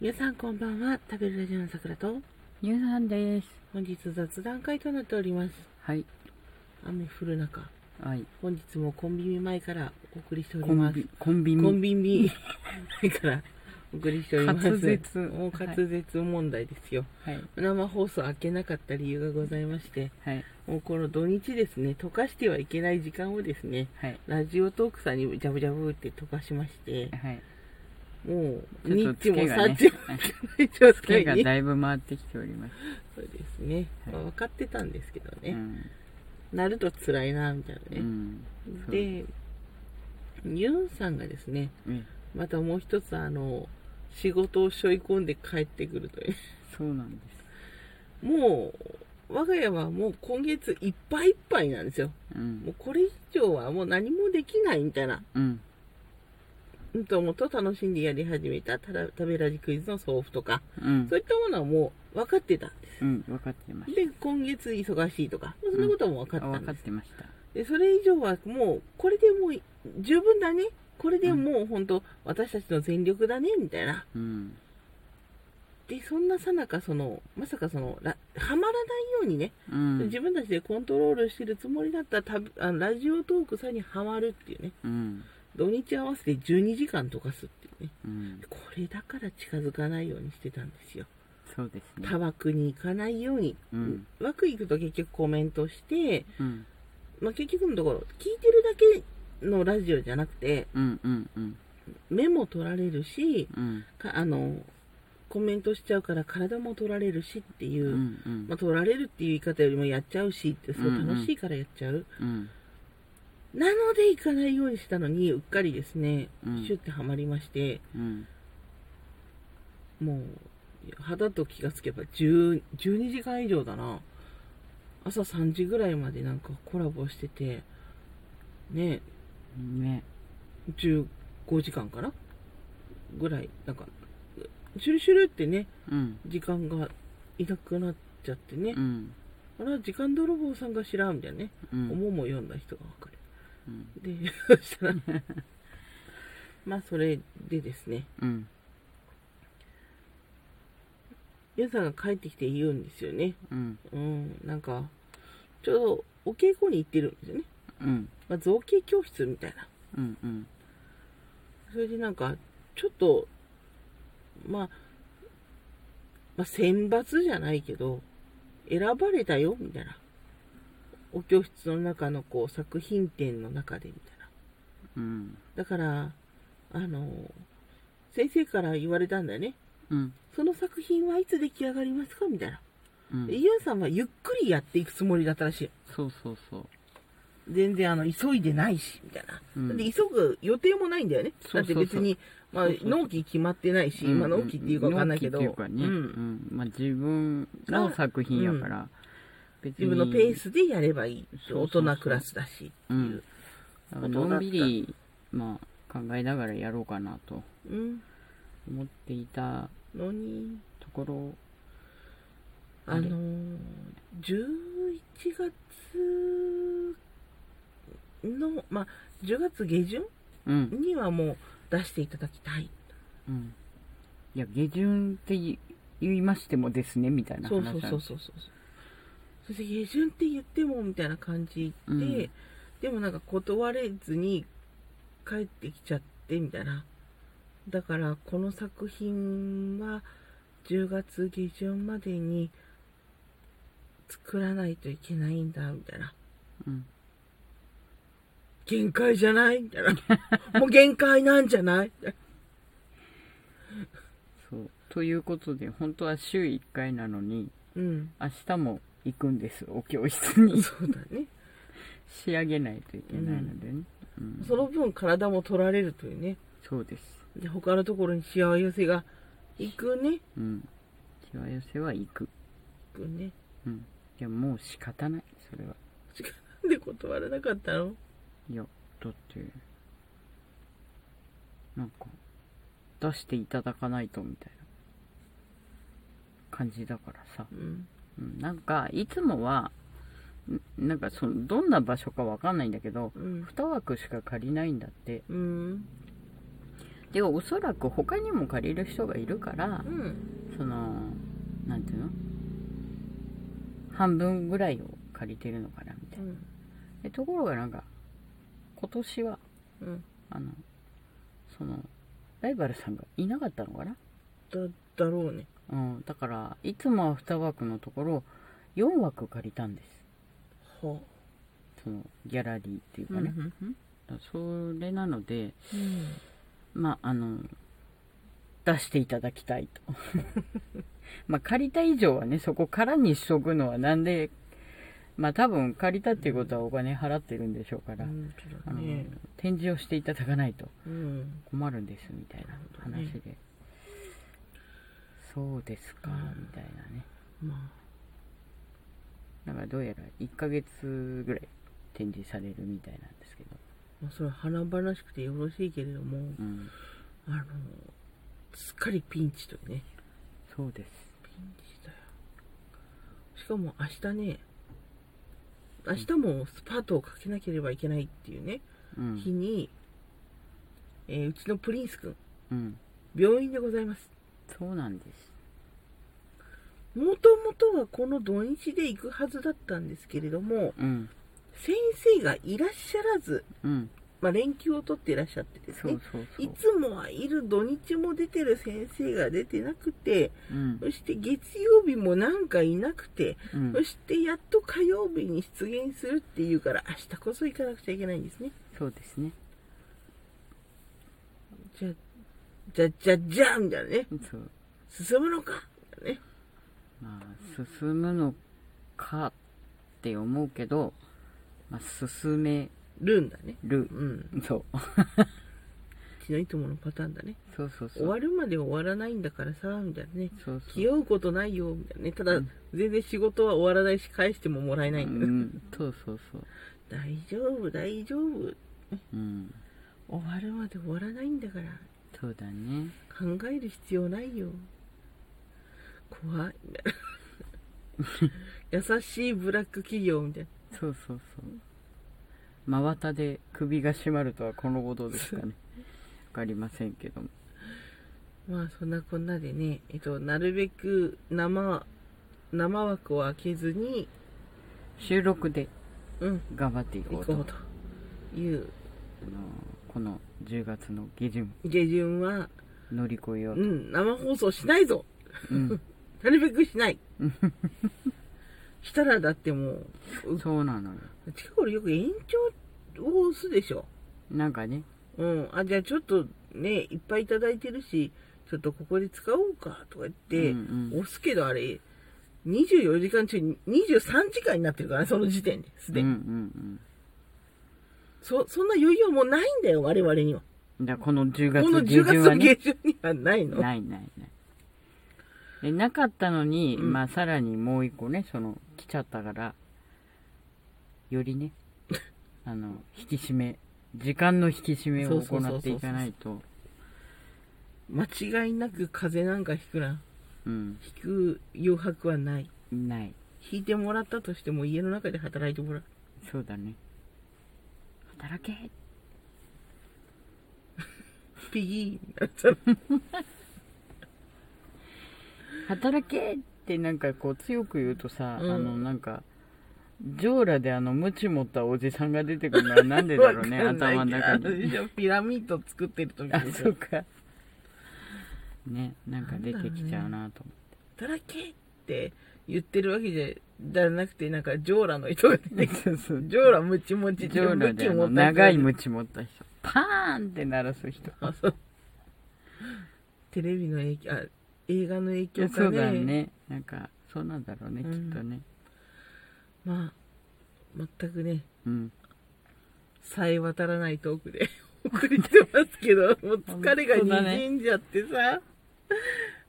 皆さんこんばんは食べるラジオの桜とゆうさんです。本日雑談会となっておりますはい。雨降る中はい。本日もコンビニ前からお送りしておコりまンすビ、コンビニ。コンビニ前からお送りしております滑舌もう滑舌問題ですよ、はい。生放送開けなかった理由がございましてはい。もうこの土日ですね溶かしてはいけない時間をですねはい。ラジオトークさんにジャブジャブって溶かしましてはい。もうちニょッっチとツもケサがッねチもはいない状ツケ態がにだいぶ回ってきております。そうですね、はいまあ分かってたんですけどうね、ん。なると辛いなみたいなうね、ん。そうでユンさんがですねえまたもう一つあの仕事を背負い込んで帰ってくるというそうなんです。もう我が家はもう今月いっぱいいっぱいなんですよう。もうんこれ以上はもう何もできないみたいなうん。うんと思うと楽しんでやり始めたたら食べラジクイズの送付とかうんそ。ういったものはもう分かってたんでうん。分かってます。すで今月忙しいとかそんなことも分かあったんです分かってました。でそれ以上はもうこれでもう十分だねこれでもう本当私たちの全力だねみたいなうん。でそんなさなかそのまさかそのラはまらないようにね、うん。自分たちでコントロールしてるつもりだったたあのラジオトークさにはまるっていうねうん。土日合わせて12時間溶かすっていうねうん。これだから近づかないようにしてたんですよそうですねタ。バコに行かないように、うん。枠行くと結局コメントして、うん。まあ、結局のところ聞いてるだけのラジオじゃなくてうん。うん。うん。目も取られるしうん。かあのコメントしちゃうから体も取られるしっていうう、ん。うん。まあ、取られるっていう言い方よりもやっちゃうしってそううんうん楽しいからやっちゃう、うん。なので行かないようにしたのにうっかりですね、うんシュッてはまりましてうん。もう肌と気がつけば10 12時間以上だな朝3時ぐらいまでなんかコラボしててねね。 15時間かなぐらいなんかシュルシュルってねうん。時間がいなくなっちゃってね、うん。あら時間泥棒さんが知らんみたいなね、うん。思うも読んだ人がわかるうん。でそした らまあそれでですねうん。皆さんが帰ってきて言うんですよねうん。うんなんかちょうどお稽古に行ってるんですよね、うん。まあ、造形教室みたいなうん。うん。それでなんかちょっとまあまあ選抜じゃないけど選ばれたよみたいなお教室の中のこう作品展の中でみたいなうん。だからあの先生から言われたんだよねうん。その作品はいつ出来上がりますかみたいな、うんでイオンさんはゆっくりやっていくつもりだったらしいそうそうそう。全然あの急いでないしみたいな、うんで急ぐ予定もないんだよねそうそうそうだって別に、まあそうそうそう納期決まってないし、うん今納期っていうかわかんないけど、納期っていうかね、ううんんまあ、自分の作品やから、別自分のペースでやればいいそうそうそう大人クラスだしっていう、だからのんびり、まあ、考えながらやろうかなとうん思っていたのにところ、あのー、11月のまあ10月下旬うん、にはもう出していただきたいうん。いや、下旬って言い言いましてもですね、みたいなそ話うそうそううそうそうそして下旬って言ってもみたいな感じで、うんでもなんか断れずに帰ってきちゃってみたいなだからこの作品は10月下旬までに作らないといけないんだみたいなうん。限界じゃないみたいな もう限界なんじゃないそう。ということで、本当は週1回なのに、うん明日も行くんです、お教室に。そうだ ね仕上げないといけないのでね。うんその分体も取られるというねそうです。で他のところに幸せがいくねうん。しわ寄せは行く。行くねうん。いや、もう仕方ない、それは。なんで断らなかったのいや、だって、なんか、出していただかないとみたいな感じだからさ。うんうん、なんか、いつもは、んなんかその、どんな場所かわかんないんだけど、うん2枠しか借りないんだって。うんでおそらく他にも借りる人がいるからうんそのなんていうの半分ぐらいを借りてるのかなみたいうなんでところがなんか今年はうんあのそのライバルさんがいなかったのかな、だだろうねうん、だからいつもは2枠のところ4枠借りたんですはそのギャラリーっていうあかね、それなのでうんまああの出していただきたいと まあ借りた以上はねそこからにしとくのはなんでまあ多分借りたっていうことはお金払ってるんでしょうから、本当あだのね展示をしていただかないとうん困るんですみたいな話で、そうですうかんみたいなねまだからどうやら1ヶ月ぐらい展示されるみたいなんですけど、あまあそれは華々しくてよろしいけれどもうん、あのすっかりピンチというねそうですピンチだよしかも明日ね明日もスパートをかけなければいけないっていうね、う日ん、に、えーうちのプリンス君うん、病院でございますそうなんですもともとはこの土日で行くはずだったんですけれどもうん先生がいらっしゃらず、うんまあ、連休を取っていらっしゃってですそねうそうそいうつもはいる土日も出てる先生が出てなくてうんそして月曜日もなんかいなくてうんそしてやっと火曜日に出現するっていうから明日こそ行かなくちゃいけないんですねそうですねじゃじゃじゃじゃみたいなねそう進むのかみたいなねまあ進むのかって思うけど、まあ、進めるんだねるうんそううちのいつものパターンだねそうそうそ終うわるまで終わらないんだからさみたいなねそうそう気負うことないよみたいなねただ、うん全然仕事は終わらないし返してももらえないうんだ、ん、そうそうそう大丈夫大丈夫うん終わるまで終わらないんだからそうだね考える必要ないよ 怖い優しいブラック企業みたいそうそうそう真綿で首が締まるとはこのことですかねわかりませんけどもなまあそんなこんなでね、えっと、なるべく生生枠を開けずに、収録でうん、頑張ってい行こうことうというあのこの10月の下旬下旬は、乗り越えよううと、ん、生放送しないぞうん、なるべくしないしたらだってもううそうなのよ近頃よく延長を押すでしょなんかねうん、あじゃあちょっとねいっぱいいただいてるしちょっとここで使おうかとか言って、うんうん押すけどあれ24時間中に23時間になってるからねその時点ですでうんに、うんそそんな余裕はもうないんだよ我々にはうんじゃあこの10この月の10月下旬はのね下旬にはないのないないないでなかったのに、うんまあさらにもう一個ねその来ちゃったからより ねあの引き締め時間の引き締めをそうそうそうそう行っていかないと間違いなく風邪なんかひくなうんひく余白はないない引いてもらったとしても家の中で働いてもらうそうだね働けピギーになっちゃう働けってなんかこう強く言うとさ、うんあのなんかジョーラであのムチ持ったおじさんが出てくるのはなんでだろうねわかんない頭の中あれにでしょピラミッド作ってる時あでしょそうかねなんか出てきちゃうなと思働けって言ってるわけじゃなくてなんかジョーラの人が出てってきてそうそうジョーラムチムチジョーラムチであ持のったやつ長いムチ持った人パーンって鳴らす人あそうテレビの影響あ映画の影いや響かねそうだねなんかそうなんだろうね、うんきっとねまあ全くねうんさえ渡らないトークで 送りてますけどもう疲れが本当だね滲んじゃってさ、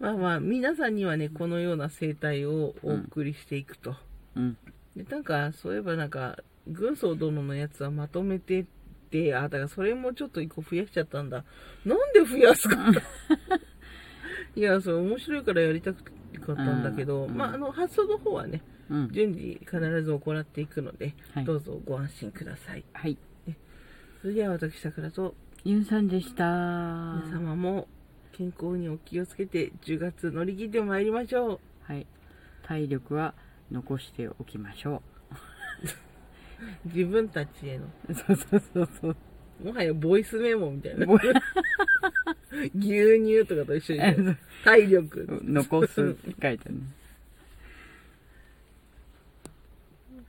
まあまあ皆さんにはねこのような生態をお送りしていくと、うんでなんかそういえばなんか軍曹殿のやつはまとめててあだからそれもちょっと一個増やしちゃったんだなんで増やすか いやそれ面白いからやりたくかったんだけど、うんまああの発想の方はねうん順次必ず行っていくので、はいどうぞご安心くださいはいそれでは私さくらとユンさんでした。皆様も健康にお気をつけて10月乗り切ってまいりましょうはい。体力は残しておきましょ自分たちへのう。そうそうそう そう。もはやボイスメモみたいな 牛乳とかと一緒に体力 残すって書いてあるね。